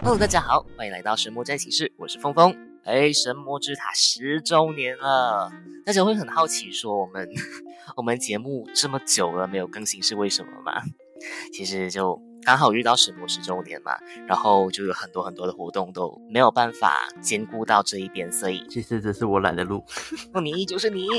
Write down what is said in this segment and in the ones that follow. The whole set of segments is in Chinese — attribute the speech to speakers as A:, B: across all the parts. A: Hello，大家好，欢迎来到神魔战骑士，我是峰峰。哎，神魔之塔十周年了，大家会很好奇说我们 我们节目这么久了没有更新是为什么吗？其实就刚好遇到神魔十周年嘛，然后就有很多很多的活动都没有办法兼顾到这一边，所以
B: 其实这是我懒得录，
A: 不你就是你。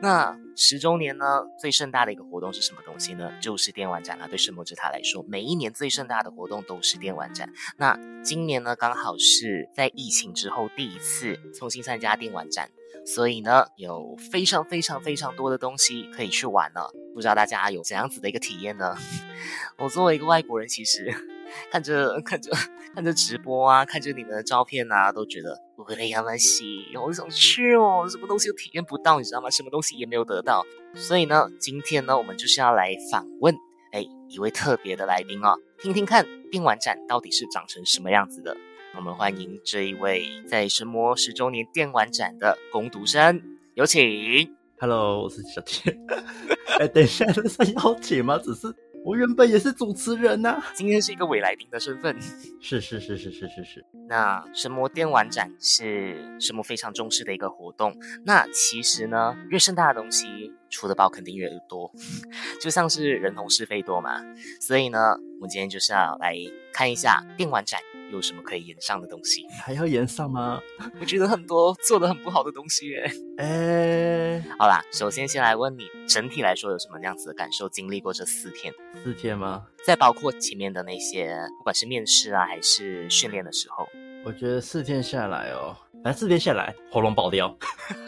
A: 那十周年呢，最盛大的一个活动是什么东西呢？就是电玩展啊。对圣魔之塔来说，每一年最盛大的活动都是电玩展。那今年呢，刚好是在疫情之后第一次重新参加电玩展，所以呢，有非常非常非常多的东西可以去玩了。不知道大家有怎样子的一个体验呢？ 我作为一个外国人，其实 看着看着看着直播啊，看着你们的照片啊，都觉得我的亚曼西，好想去哦，什么东西都体验不到，你知道吗？什么东西也没有得到。所以呢，今天呢，我们就是要来访问，哎，一位特别的来宾哦，听听看电玩展到底是长成什么样子的。我们欢迎这一位在神魔十周年电玩展的攻读生，有请。
B: Hello，我是小天。 哎、等一下，这算邀请吗？只是我原本也是主持人呐、
A: 今天是一个伪来宾的身份。
B: 是是是是是是是，
A: 那神魔电玩展是神魔非常重视的一个活动。那其实呢，越盛大的东西出的包肯定越多， 就像是人红是非多嘛。所以呢，我们今天就是要来看一下电玩展有什么可以延上的东西。
B: 还要延上吗？
A: 我觉得很多做的很不好的东西耶。
B: 哎、
A: 好啦，首先先来问你，整体来说有什么样子的感受？经历过这四天，
B: 四天吗？
A: 再包括前面的那些，不管是面试啊还是训练的时候，
B: 我觉得四天下来哦，反正四天下来喉咙爆掉。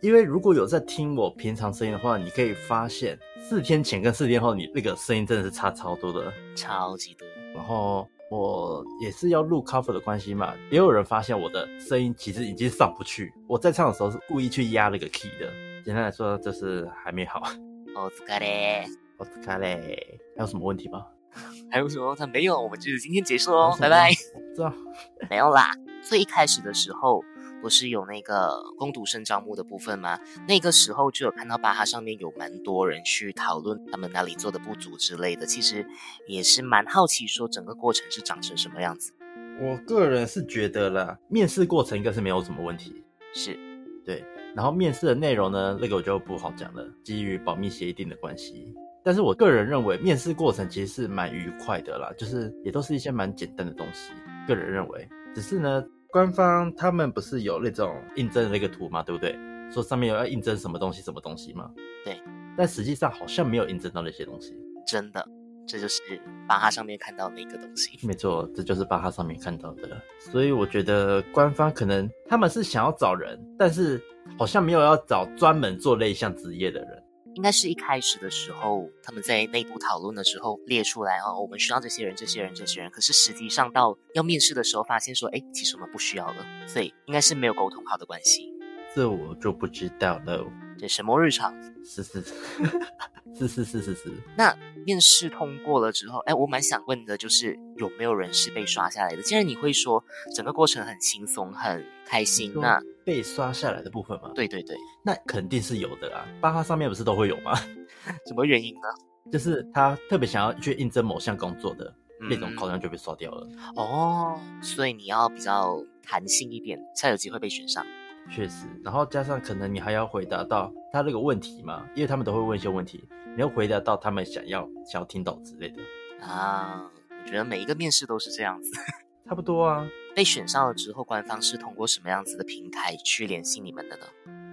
B: 因为如果有在听我平常声音的话，你可以发现四天前跟四天后，你那个声音真的是差超多的。
A: 超级多。
B: 然后我也是要录 cover 的关系嘛，也有人发现我的声音其实已经上不去。我在唱的时候是故意去压那个 key 的。简单来说就是还没好。
A: お疲れ。
B: 我卡嘞，还有什么问题吗？
A: 还有什么？他没有，我们就是今天结束喽，哦拜拜。
B: 哦这样
A: 没有啦，最一开始的时候不是有那个攻读生招募的部分吗？那个时候就有看到巴哈上面有蛮多人去讨论他们哪里做的不足之类的，其实也是蛮好奇说整个过程是长成什么样子。
B: 我个人是觉得啦，面试过程应该是没有什么问题。
A: 是
B: 然后面试的内容呢，那个我就不好讲了，基于保密协定的关系。但是我个人认为，面试过程其实是蛮愉快的啦，就是也都是一些蛮简单的东西。个人认为，只是呢，官方他们不是有那种应征的那个图嘛，对不对？说上面有要应征什么东西什么东西嘛。
A: 对。
B: 但实际上好像没有应征到那些东西。
A: 真的，这就是巴哈上面看到那个东西。
B: 没错，这就是巴哈上面看到的。所以我觉得官方可能他们是想要找人，但是好像没有要找专门做那一项职业的人。
A: 应该是一开始的时候，他们在内部讨论的时候列出来哦，我们需要这些人、这些人、这些人。可是实际上到要面试的时候，发现说，哎，其实我们不需要了，所以应该是没有沟通好的关系。
B: 这我就不知道了。
A: 这什么日常？
B: 是是是是是是是，
A: 那面试通过了之后，哎，我蛮想问的就是有没有人是被刷下来的？既然你会说整个过程很轻松、很开心，那
B: 被刷下来的部分嘛，，
A: 对对对，
B: 那肯定是有的啊。八号上面不是都会有吗？
A: 什么原因呢？
B: 就是他特别想要去应征某项工作的那种，
A: 嗯
B: 好像就被刷掉了。
A: 哦，所以你要比较弹性一点，才有机会被选上。
B: 确实，然后加上可能你还要回答到他那个问题嘛，因为他们都会问一些问题，你要回答到他们想要想要听到之类的，
A: 啊，我觉得每一个面试都是这样子。
B: 差不多啊。
A: 被选上了之后，官方是通过什么样子的平台去联系你们的呢？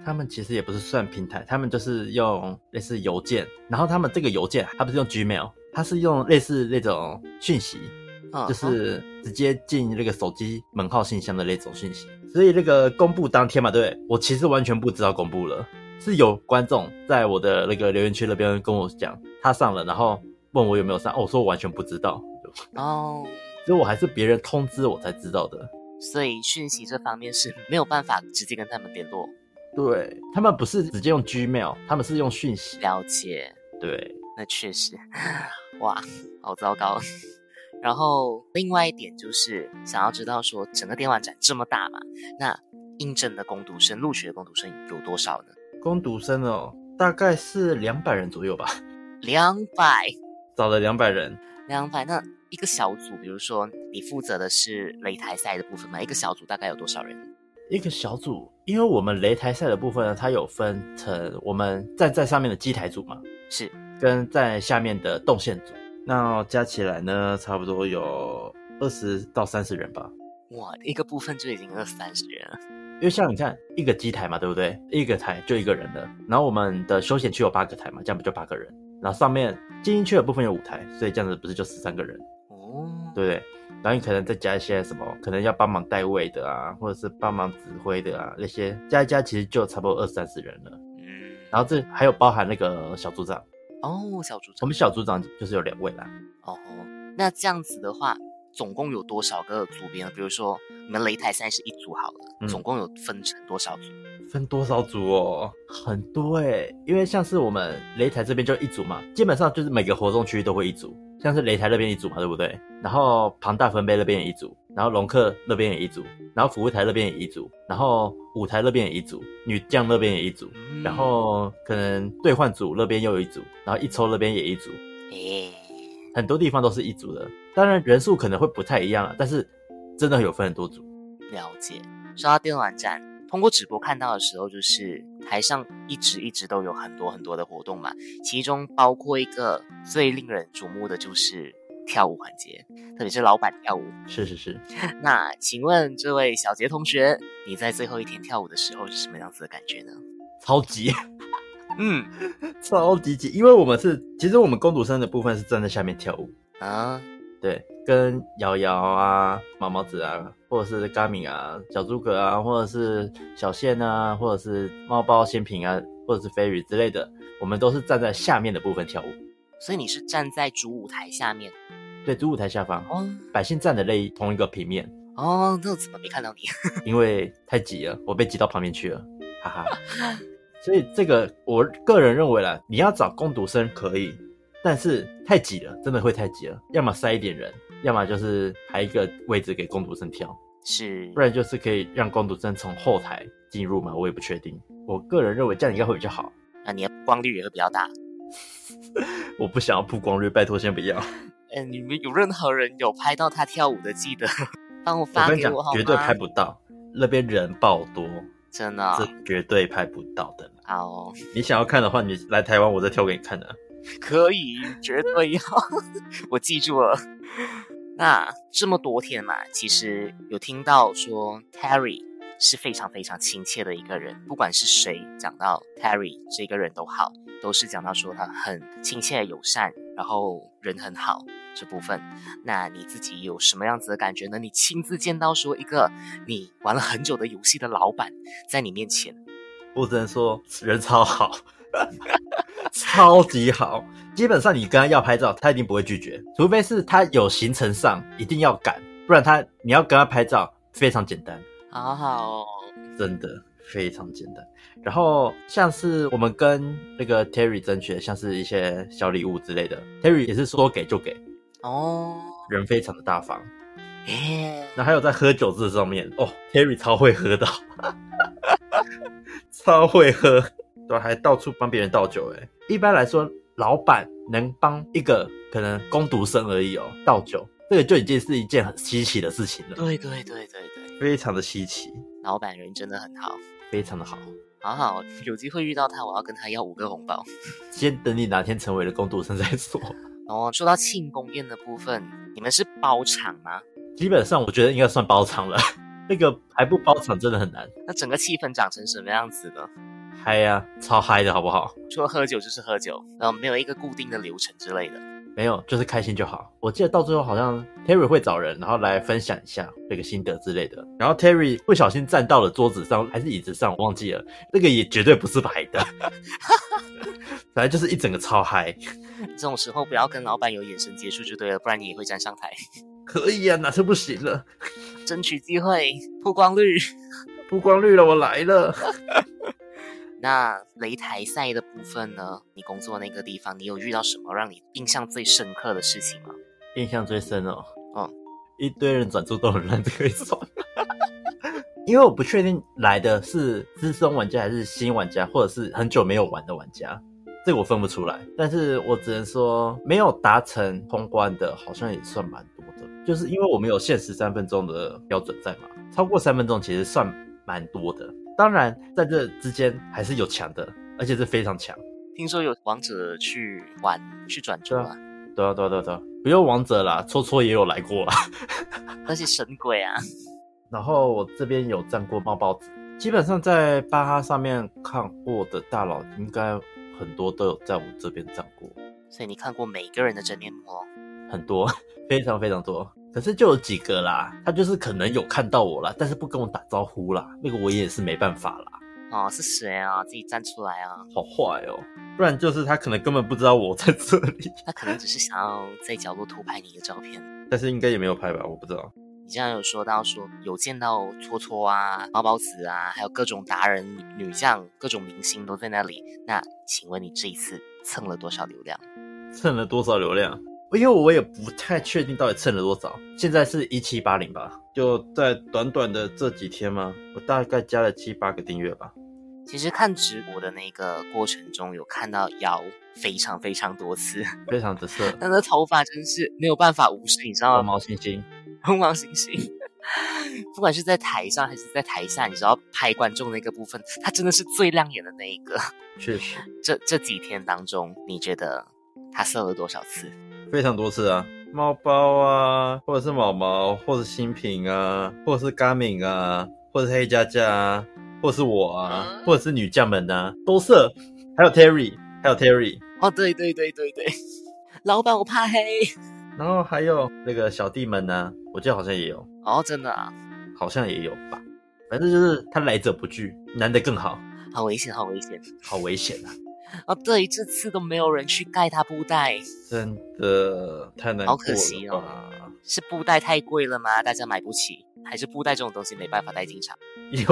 B: 他们其实也不是算平台，他们就是用类似邮件，然后他们这个邮件啊他不是用 Gmail，他是用类似那种讯息，
A: 嗯，
B: 就是直接进那个手机门号信箱的那种讯息。所以那个公布当天嘛，对不对我其实完全不知道公布了，是有观众在我的那个留言区那边跟我讲他上了，然后问我有没有上，哦，我说我完全不知道，
A: 哦，
B: 所以我还是别人通知我才知道的。
A: 所以讯息这方面是 没有办法直接跟他们联络。
B: 对他们不是直接用 Gmail，他们是用讯息。
A: 了解，
B: 对，
A: 那确实， 哇，好糟糕。 然后另外一点就是想要知道说，整个电玩展这么大嘛，那应征的攻读生、录取的攻读生有多少呢？
B: 攻读生哦，大概是两百人左右吧，
A: 两百，
B: 找了两百人。
A: 两百那一个小组，比如说你负责的是擂台赛的部分嘛，一个小组大概有多少人？
B: 一个小组，因为我们擂台赛的部分呢，它有分成我们站在上面的机台组嘛，
A: 是
B: 跟在下面的动线组，那加起来呢，差不多有二十到三十人吧。
A: 哇，一个部分就已经二三十人了。
B: 因为像你看一个机台嘛，对不对？一个台就一个人了，然后我们的休闲区有八个台嘛，这样不就八个人？然后上面精英区的部分有五台，所以这样子不是就十三个人，
A: 哦，
B: 对不对？然后你可能再加一些什么，可能要帮忙带位的啊，或者是帮忙指挥的啊，那些加一加其实就差不多二三十人了。
A: 嗯，
B: 然后这还有包含那个小组长，
A: 哦，小组长，
B: 我们小组长就是有两位啦，
A: 哦，那这样子的话，总共有多少个组别呢？比如说你们擂台赛是一组好了，
B: 嗯
A: 总共有分成多少组？嗯
B: 分多少组哦？很多诶、因为像是我们擂台这边就一组嘛，基本上就是每个活动区域都会一组，像是擂台那边一组嘛，对不对？然后庞大分杯那边也一组，然后龙客那边也一组，然后服务台那边也一组，然后舞台那边也一组，女将那边也一组，
A: 嗯
B: 然，后可能兑换组那边又有一组，然后一抽那边也一组，
A: 诶、
B: 很多地方都是一组的。当然人数可能会不太一样啊，但是真的有分很多组。
A: 了解。说到电玩展，通过直播看到的时候，就是台上一直一直都有很多很多的活动嘛，其中包括一个最令人瞩目的就是跳舞环节，特别是老板跳舞。
B: 是是是，
A: 那请问这位小杰同学，你在最后一天跳舞的时候是什么样子的感觉呢？
B: 超级。
A: 嗯
B: 超级挤，因为我们是，其实我们工读生的部分是站在下面跳舞，
A: 啊，
B: 对，跟瑶瑶啊、毛毛子啊，或者是嘎敏啊、小诸葛啊，或者是小宪啊，或者是猫包、仙平啊，或者是飞宇之类的，我们都是站在下面的部分跳舞，
A: 所以你是站在主舞台下面
B: 对，主舞台下方，
A: 哦
B: 百姓站的那一同一个平面，
A: 哦，那我怎么没看到你？
B: 因为太挤了，我被挤到旁边去了，哈哈。 所以这个我个人认为啦，你要找攻读生可以，但是太挤了，真的会太挤了。要么塞一点人，要么就是排一个位置给攻读生跳，
A: 是
B: 不然就是可以让攻读生从后台进入嘛，我也不确定。我个人认为这样应该会比较好。
A: 啊，你的曝光率也会比较大。
B: 我不想要曝光率，拜托先不要。
A: 嗯，你们有任何人有拍到他跳舞的，记得 帮我
B: 我
A: 发
B: 跟你
A: 给
B: 讲
A: 我好，吗？
B: 绝对拍不到，那边人爆多，
A: 真的哦
B: 这绝对拍不到的啦。
A: 好哦，
B: 你想要看的话，你来台湾，我再跳给你看的、
A: 可以， 绝对要，我记住了。那这么多天嘛，其实有听到说 Terry 是非常非常亲切的一个人，不管是谁讲到 Terry 这个人都好，都是讲到说他很亲切友善，然后人很好这部分。那你自己有什么样子的感觉呢？你亲自见到说一个你玩了很久的游戏的老板在你面前，
B: 我只能说人超好， 超级好。基本上你跟他要拍照，他一定不会拒绝，除非是他有行程上一定要赶，不然他你要跟他拍照非常简单，
A: 好好哦，
B: 真的非常简单。然后像是我们跟那个 Terry 争取的，像是一些小礼物之类的，Terry 也是说给就给，
A: 哦，
B: 人非常的大方。
A: 耶，
B: 那还有在喝酒这上面哦，Terry 超会喝的， 超会喝，对，啊还到处帮别人倒酒。哎，一般来说，老板能帮一个可能工读生而已哦倒酒，这个就已经是一件很稀奇的事情了，
A: 对对对对对。
B: 非常的稀奇，
A: 老板人真的很好，
B: 非常的好。
A: 好好，有机会遇到他，我要跟他要五个红包。
B: 先等你哪天成为了工读生再说。
A: 然后说到庆功宴的部分，你们是包场吗？
B: 基本上，我觉得应该算包场了， 那个还不包场真的很难。
A: 那整个气氛长成什么样子呢？
B: 嗨呀、超嗨的好不好？
A: 除了喝酒就是喝酒，然后没有一个固定的流程之类的。
B: 没有，就是开心就好。我记得到最后好像 Terry 会找人，然后来分享一下这个心得之类的。然后 Terry 不小心站到了桌子上还是椅子上，我忘记了，那个也绝对不是白的。 反正就是一整个超嗨，
A: 这种时候不要跟老板有眼神接触就对了，不然你也会站上台。
B: 可以啊，哪次不行了？
A: 争取机会，曝光率。
B: 不光绿了，我来了。
A: 那擂台赛的部分呢？你工作那个地方，你有遇到什么让你印象最深刻的事情吗？
B: 印象最深哦，
A: 嗯，
B: 一堆人转注都很烂，这个一种。 因为我不确定来的是资深玩家还是新玩家，或者是很久没有玩的玩家，这个我分不出来，但是我只能说没有达成通关的，好像也算蛮多的，就是因为我们有限时三分钟的标准在嘛，超过三分钟其实算蛮多的。当然，在这之间还是有强的，而且是非常强。
A: 听说有王者去玩去转桌啊，
B: 对啊，对啊，对啊，对啊，不用王者啦，戳戳也有来过啦。啊
A: 那些神鬼啊，
B: 然后我这边有站过冒包子，基本上在巴哈上面看过的大佬，应该很多都有在我这边站过，
A: 所以你看过每个人的真面目哦。
B: 很多， 非常非常多。可是就有几个啦，他就是可能有看到我啦，但是不跟我打招呼啦，那个我也是没办法啦，
A: 哦，是谁啊？自己站出来啊！
B: 好坏哦。不然就是他可能根本不知道我在这里，
A: 他可能只是想要在角落偷拍你的照片。
B: 但是应该也没有拍吧，我不知道。
A: 你刚刚有说到说有见到搓搓啊、包包子啊，还有各种达人、女将、各种明星都在那里。那请问你这一次蹭了多少流量？
B: 蹭了多少流量？因为我也不太确定到底蹭了多少，现在是一七八零吧，就在短短的这几天吗？我大概加了七八个订阅吧。
A: 其实看直播的那个过程中，有看到瑶非常非常多次，
B: 非常的色，
A: 但她头发真是没有办法无视，你知道
B: 毛
A: 吗？
B: 毛星星，
A: 红毛猩猩，不管是在台上还是在台下，你知道拍观众那个部分，她真的是最亮眼的那一个。
B: 确实
A: 这这几天当中，你觉得她射了多少次？
B: 非常多次啊，猫包啊，或者是毛毛，或是新品啊，或者是嘎敏啊，或者是黑佳佳啊，或者是我啊，或者是女将们啊，都色，还有 Terry，还有 Terry，
A: 哦，对对对对对，老板我怕黑。
B: 然后还有那个小弟们呢、啊，我记得好像也有。
A: 哦，真的啊，
B: 好像也有吧。反正就是他来者不拒，男的更好，
A: 好危险，好危险。
B: 好危险啊！
A: 哦，对，这次都没有人去盖他布袋，
B: 真的太难过了吧
A: 好可惜哦是布袋太贵了吗？大家买不起，还是布袋这种东西没办法带进场？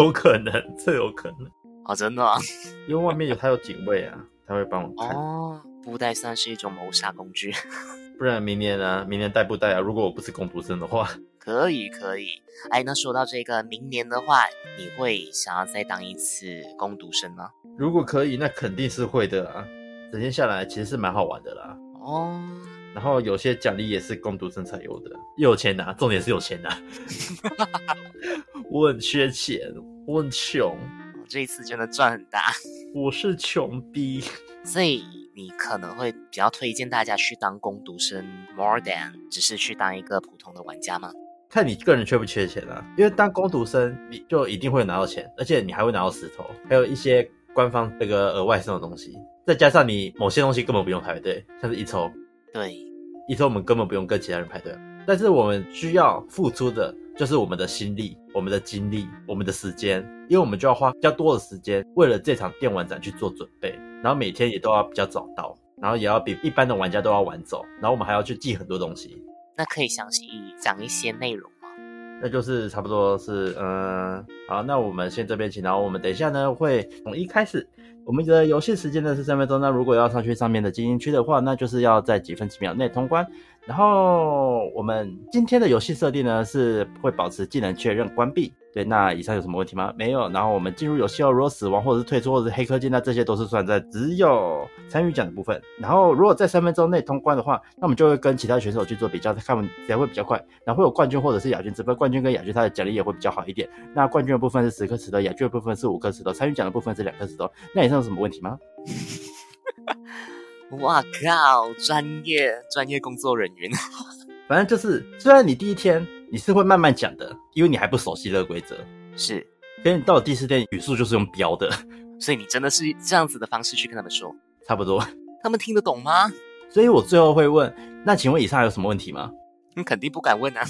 B: 有可能，这有可能，
A: 哦，真的啊、
B: 因为外面有他有警卫啊，他会帮我看。
A: 哦，布袋算是一种谋杀工具，
B: 不然明年啊，明年带不带啊？如果我不是工读生的话，
A: 可以可以。哎，那说到这个，明年的话，你会想要再当一次攻读生吗？
B: 如果可以，那肯定是会的啊。整天下来其实是蛮好玩的啦。
A: 哦，
B: 然后有些奖励也是工读生才有的，又有钱拿，重点是有钱拿。 我很缺钱，我很穷，
A: 这一次真的赚很大，
B: 我是穷逼。
A: 所以你可能会比较推荐大家去当攻读生，more than 只是去当一个普通的玩家吗？
B: 看你个人缺不缺钱啊。因为当工读生，你就一定会拿到钱，而且你还会拿到石头，还有一些官方这个额外送的东西。再加上你某些东西根本不用排队，像是一抽，
A: 对，
B: 一抽我们根本不用跟其他人排队，啊但是我们需要付出的就是我们的心力、我们的精力、我们的时间，因为我们就要花比较多的时间为了这场电玩展去做准备，然后每天也都要比较早到，然后也要比一般的玩家都要晚走，然后我们还要去记很多东西，
A: 那可以详细讲一些内容吗？
B: 那就是差不多是，嗯，好，那我们先这边请，然后我们等一下呢会从一开始，我们的游戏时间呢是三分钟，那如果要上去上面的精英区的话，那就是要在几分几秒内通关。然后我们今天的游戏设定呢是会保持技能确认关闭。对，那以上有什么问题吗？没有。然后我们进入游戏后，如果死亡或者是退出或者是黑科技，那这些都是算在只有参与奖的部分。然后如果在三分钟内通关的话，那我们就会跟其他选手去做比较，看我们谁会比较快。然后会有冠军或者是亚军之分，冠军跟亚军它的奖励也会比较好一点。那冠军的部分是十颗石头，亚军的部分是五颗石头，参与奖的部分是两颗石头。那以上有什么问题吗？
A: 哇靠，专业专业工作人员，
B: 反正就是，虽然你第一天你是会慢慢讲的，因为你还不熟悉这个规则，
A: 是，
B: 可是你到了第四天，语速就是用标的，
A: 所以你真的是这样子的方式去跟他们说，
B: 差不多。
A: 他们听得懂吗？
B: 所以我最后会问，那请问以上有什么问题吗？
A: 你肯定不敢问啊。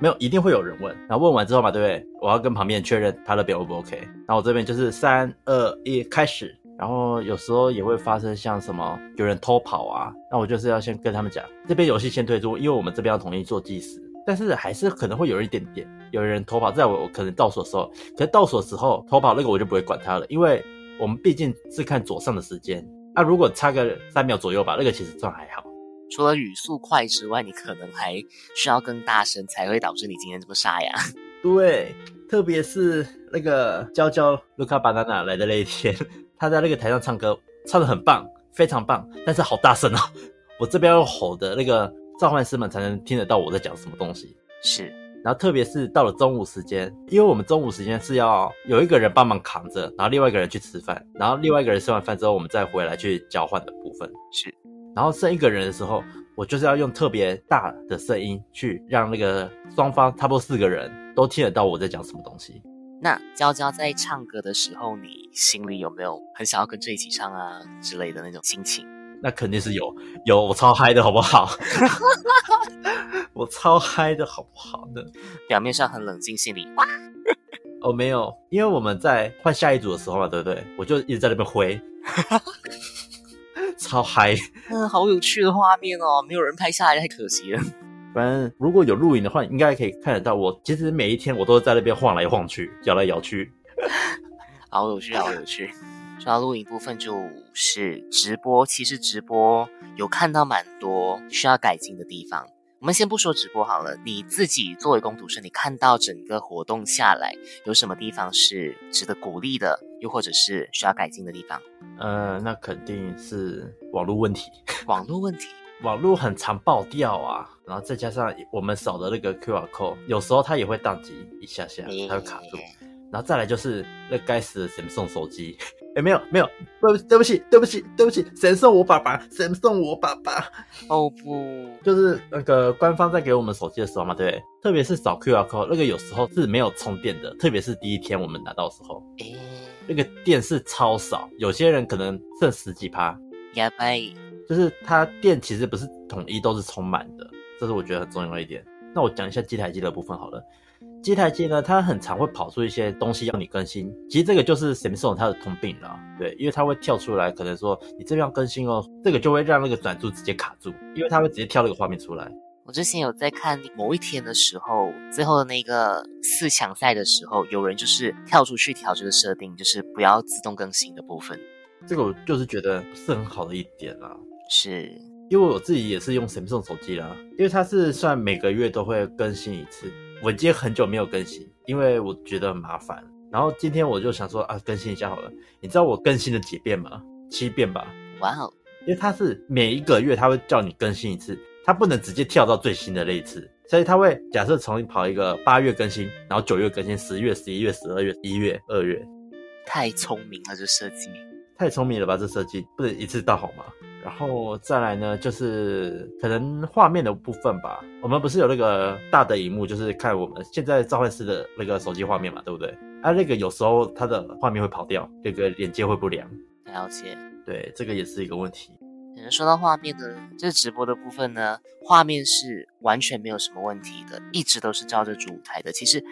B: 没有，一定会有人问。然后问完之后嘛，对不对？我要跟旁边确认他那边 O 不 OK。然后我这边就是三二一开始。然后有时候也会发生像什么有人偷跑啊，那我就是要先跟他们讲，这边游戏先退出，因为我们这边要统一做计时。但是还是可能会有一点点有人偷跑，在我我可能倒数的时候，可是倒数的时候偷跑那个我就不会管他了，因为我们毕竟是看左上的时间。啊，如果差个三秒左右吧，那个其实算还好。
A: 除了语速快之外，你可能还需要更大声，才会导致你今天这么沙哑。
B: 对，特别是那个娇娇卢卡巴娜娜来的那一天，她在那个台上唱歌，唱的很棒，非常棒，但是好大声哦，我这边要吼的那个召唤师们才能听得到我在讲什么东西。
A: 是
B: 然后特别是到了中午时间，因为我们中午时间是要有一个人帮忙扛着，然后另外一个人去吃饭，然后另外一个人吃完饭之后，我们再回来去交换的部分。
A: 是，
B: 然后剩一个人的时候，我就是要用特别大的声音去让那个双方差不多四个人都听得到我在讲什么东西。
A: 那娇娇在唱歌的时候，你心里有没有很想要跟着一起唱啊之类的那种心情？
B: 那肯定是有有，我超嗨的好不好？ 我超嗨的好不好呢？
A: 表面上很冷静，心里哇，
B: 哦，没有，因为我们在换下一组的时候嘛，对不对？我就一直在那边挥，超嗨。
A: 嗯，好有趣的画面哦，没有人拍下来太可惜了。
B: 反正如果有录影的话，应该可以看得到我。其实每一天我都在那边晃来晃去，摇来摇去。
A: 好有
B: 嗯
A: 趣，好有趣。说到录影部分，就是直播，其实直播有看到蛮多需要改进的地方。我们先不说直播好了，你自己作为工读生，你看到整个活动下来，有什么地方是值得鼓励的，又或者是需要改进的地方？
B: 呃，那肯定是网络问题，
A: 网络问题，
B: 网络很常爆掉啊。然后再加上我们扫的那个 QR code，有时候它也会宕机一下下，
A: 嗯
B: 它会啊卡住。然后再来就是那该死的 Samsung 手机， 哎，没有没有，对不对不起对不起对不起，Samsung 我爸爸，Samsung 我爸爸，
A: 哦不，
B: 就是那个官方在给我们手机的时候嘛，对不对？特别是扫 QR code 那个有时候是没有充电的，特别是第一天我们拿到的时候，
A: 诶，
B: 那个电是超少，有些人可能剩十几趴，
A: やばい，
B: 就是它电其实不是统一都是充满的，这是我觉得很重要的一点。那我讲一下机台机的部分好了。机台机呢，它很常会跑出一些东西要你更新，其实这个就是 Samsung 它的通病了，对，因为它会跳出来，可能说你这边要更新哦，这个就会让那个转注直接卡住，因为它会直接跳那个画面出来。
A: 我之前有在看某一天的时候，最后的那个四强赛的时候，有人就是跳出去调这个设定，就是不要自动更新的部分。
B: 这个我就是觉得不是很好的一点啦，
A: 是，
B: 因为我自己也是用 Samsung 手机啦，因为它是算每个月都会更新一次，我已经很久没有更新，因为我觉得很麻烦。然后今天我就想说啊，更新一下好了。你知道我更新了几遍吗？七遍吧，
A: 哇哦，
B: 因为它是每一个月它会叫你更新一次，它不能直接跳到最新的那一次，所以它会假设从你跑一个八月更新，然后九月更新，十月、十一月、十二月、一月、二月，
A: 太聪明了这设计。
B: 太聪明了吧，这设计不能一次到好吗？然后再来呢，就是可能画面的部分吧。我们不是有那个大的荧幕，就是看我们现在召唤师的那个手机画面嘛，对不对？啊，那个有时候它的画面会跑掉，那个连接会不良，
A: 了解。
B: 对，这个也是一个问题。
A: 可能说到画面的这直播的部分呢，画面是完全没有什么问题的，一直都是照着主舞台的。其实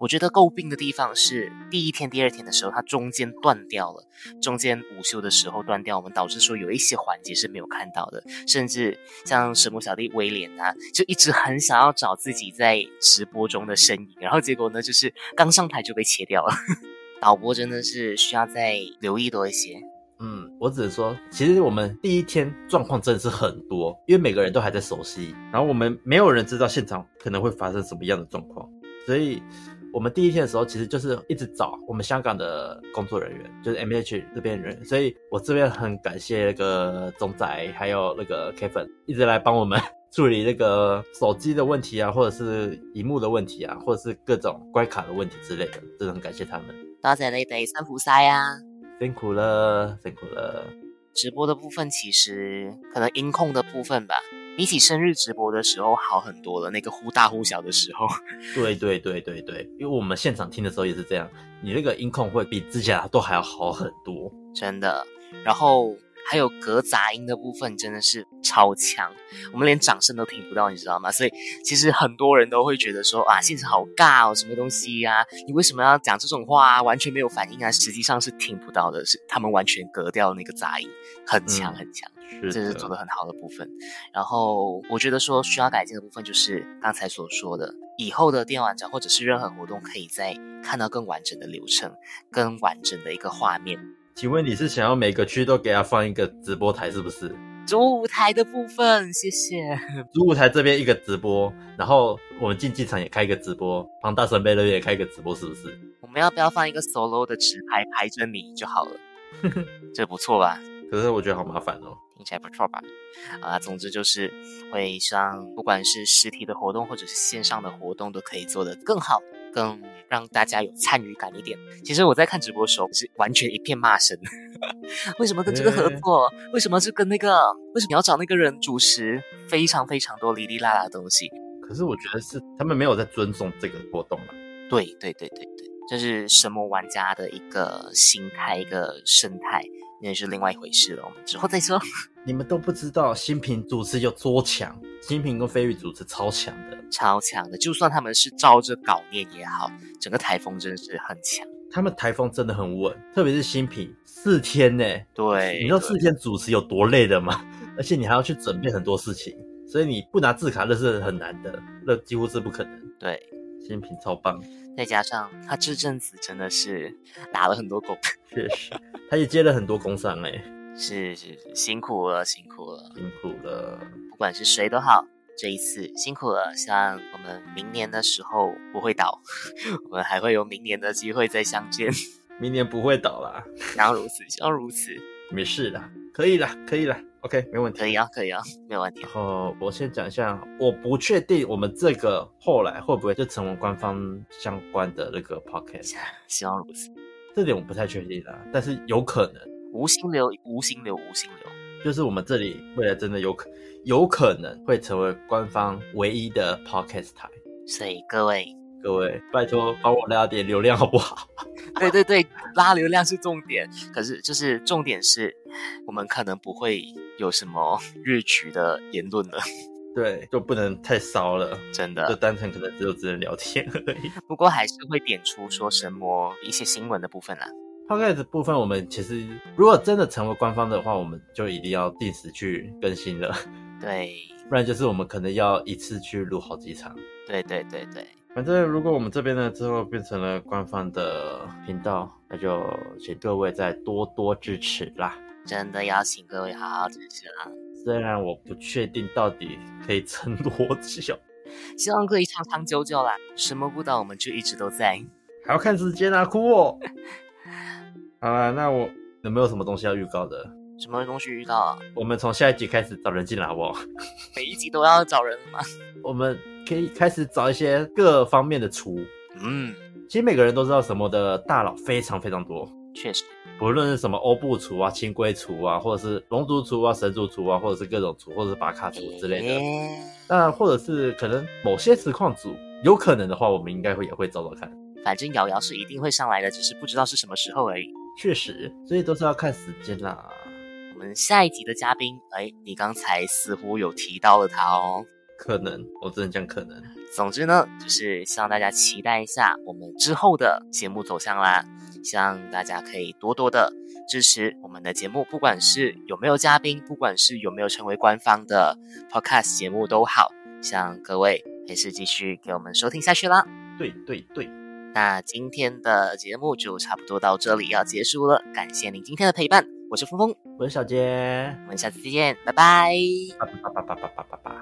A: 我觉得诟病的地方是第一天、第二天的时候，它中间断掉了，中间午休的时候断掉，我们导致说有一些环节是没有看到的，甚至像神魔小弟威廉啊，就一直很想要找自己在直播中的身影，然后结果呢，就是刚上台就被切掉了。 导播真的是需要再留意多一些。
B: 嗯，我只能说，其实我们第一天状况真的是很多，因为每个人都还在熟悉，然后我们没有人知道现场可能会发生什么样的状况，所以我们第一天的时候，其实就是一直找我们香港的工作人员，就是 M H 这边人，所以我这边很感谢那个钟仔还有那个 Kevin 一直来帮我们 处理那个手机的问题啊，或者是荧幕的问题啊，或者是各种关卡的问题之类的，真的很感谢他们，
A: 多谢你哋辛苦晒啊！
B: 辛苦了，辛苦了。
A: 直播的部分，其实可能音控的部分吧，比起生日直播的时候好很多了。那个忽大忽小的时候，
B: 对对对对对，因为我们现场听的时候也是这样，你那个音控会比之前都还要好很多。
A: 真的。然后还有隔杂音的部分，真的是超强，我们连掌声都听不到，你知道吗？所以其实很多人都会觉得说啊，现场好尬哦，什么东西呀、你为什么要讲这种话啊？完全没有反应啊！实际上是听不到的，是他们完全隔掉那个杂音，很强
B: 嗯
A: 很强。
B: 是
A: 这是做的很好的部分。然后我觉得说需要改进的部分就是刚才所说的，以后的电玩展或者是任何活动，可以在看到更完整的流程、更完整的一个画面。
B: 请问你是想要每个区都给他放一个直播台，是不是？
A: 主舞台的部分，谢谢。
B: 主舞台这边一个直播，然后我们竞技场也开一个直播，庞大神杯那边也开一个直播，是不是？
A: 我们要不要放一个 solo 的直拍排着你就好了？这不错吧？
B: 可是我觉得好麻烦哦。
A: 听起来不错吧？啊，总之就是会让不管是实体的活动或者是线上的活动，都可以做得更好，更让大家有参与感一点。其实我在看直播的时候是完全一片骂声， 为什么跟这个合作？为什么是跟那个？为什么你要找那个人主持？非常非常多哩哩啦啦的东西。
B: 可是我觉得是他们没有在尊重这个活动了。
A: 对对对对对，这是什么玩家的一个心态，一个生态，那是另外一回事了。我们之后再说。
B: 你们都不知道新品主持有多强，新品跟飞宇主持超强的，
A: 超强的，就算他们是照着稿念也好，整个台风真是很强。
B: 他们台风真的很稳，特别是新品四天呢、
A: 对，
B: 你知道
A: 对
B: 四天主持有多累的吗？ 而且你还要去准备很多事情，所以你不拿字卡那是很难的，那几乎是不可能。
A: 对，
B: 新品超棒，
A: 再加上他这阵子真的是打了很多工，
B: 确实， 他也接了很多工伤哎、
A: 是是是，辛苦了辛苦了，
B: 辛苦了。
A: 不管是谁都好。这一次辛苦了，希望我们明年的时候不会倒， 我们还会有明年的机会再相见。
B: 明年不会倒啦，
A: 然后如此，然后如此，
B: 没事啦，可以啦，可以啦，OK，没问题。
A: 可以啊，可以啊， 没有问题
B: 然。后我先讲一下，我不确定我们这个后来会不会就成为官方相关的那个 podcast，
A: 希望如此。
B: 这点我不太确定啦，但是有可能，
A: 无心流，无心流，无心流。
B: 就是我们这里未来真的有可有可能会成为官方唯一的 podcast 台。
A: 所以各位，
B: 各位，拜托帮我拉点流量好不好？
A: 对对对，拉流量是重点，可是就是重点是，我们可能不会有什么越局的言论了，
B: 对，就不能太骚了，
A: 真
B: 就
A: 的。
B: 单纯可能只有只能聊天而已。
A: 不过还是会点出说什么一些新闻的部分啦。
B: podcast 部分，我们其实如果真的成为官方的话，我们就一定要定时去更新了。
A: 对
B: 不然就是我们可能要一次去录好几场。
A: 对对对对，
B: 反正如果我们这边呢之后变成了官方的频道，那就请各位再多多支持啦。
A: 真的要请各位好好支持啦。
B: 虽然我不确定到底可以撑多久，
A: 希望可以长长久久啦，什么不到我们就一直都在。
B: 还要看时间啊，哭哦。好啦，那我有没有什么东西要预告的？
A: 什么东西遇到、啊，
B: 我们从下一集开始找人进来好不好？
A: 每一集都要找人吗？
B: 我们可以开始找一些各方面的厨。
A: 嗯，
B: 其实每个人都知道什么的大佬非常非常多，
A: 嗯确实，
B: 不论是什么欧布厨啊、青龟厨啊，或者是龙族厨啊、神族厨啊，或者是各种厨，或者是巴卡厨之类的。
A: 诶
B: 那或者是可能某些实况组，有可能的话，我们应该会也会找找看。
A: 反正瑶瑶是一定会上来的，只是不知道是什么时候而已。
B: 确实，所以都是要看时间啦。
A: 我们下一集的嘉宾，哎，你刚才似乎有提到了他哦。
B: 可能，我只能讲可能。
A: 总之呢，就是希望大家期待一下我们之后的节目走向啦。希望大家可以多多的支持我们的节目，不管是有没有嘉宾，不管是有没有成为官方的 podcast 节目都好，希望各位还是继续给我们收听下去啦。
B: 对对对，
A: 那今天的节目就差不多到这里要结束了，感谢您今天的陪伴，我是峰峰，
B: 文小姐，
A: 我们下次再见，拜拜。
B: 叭叭叭叭叭叭叭叭。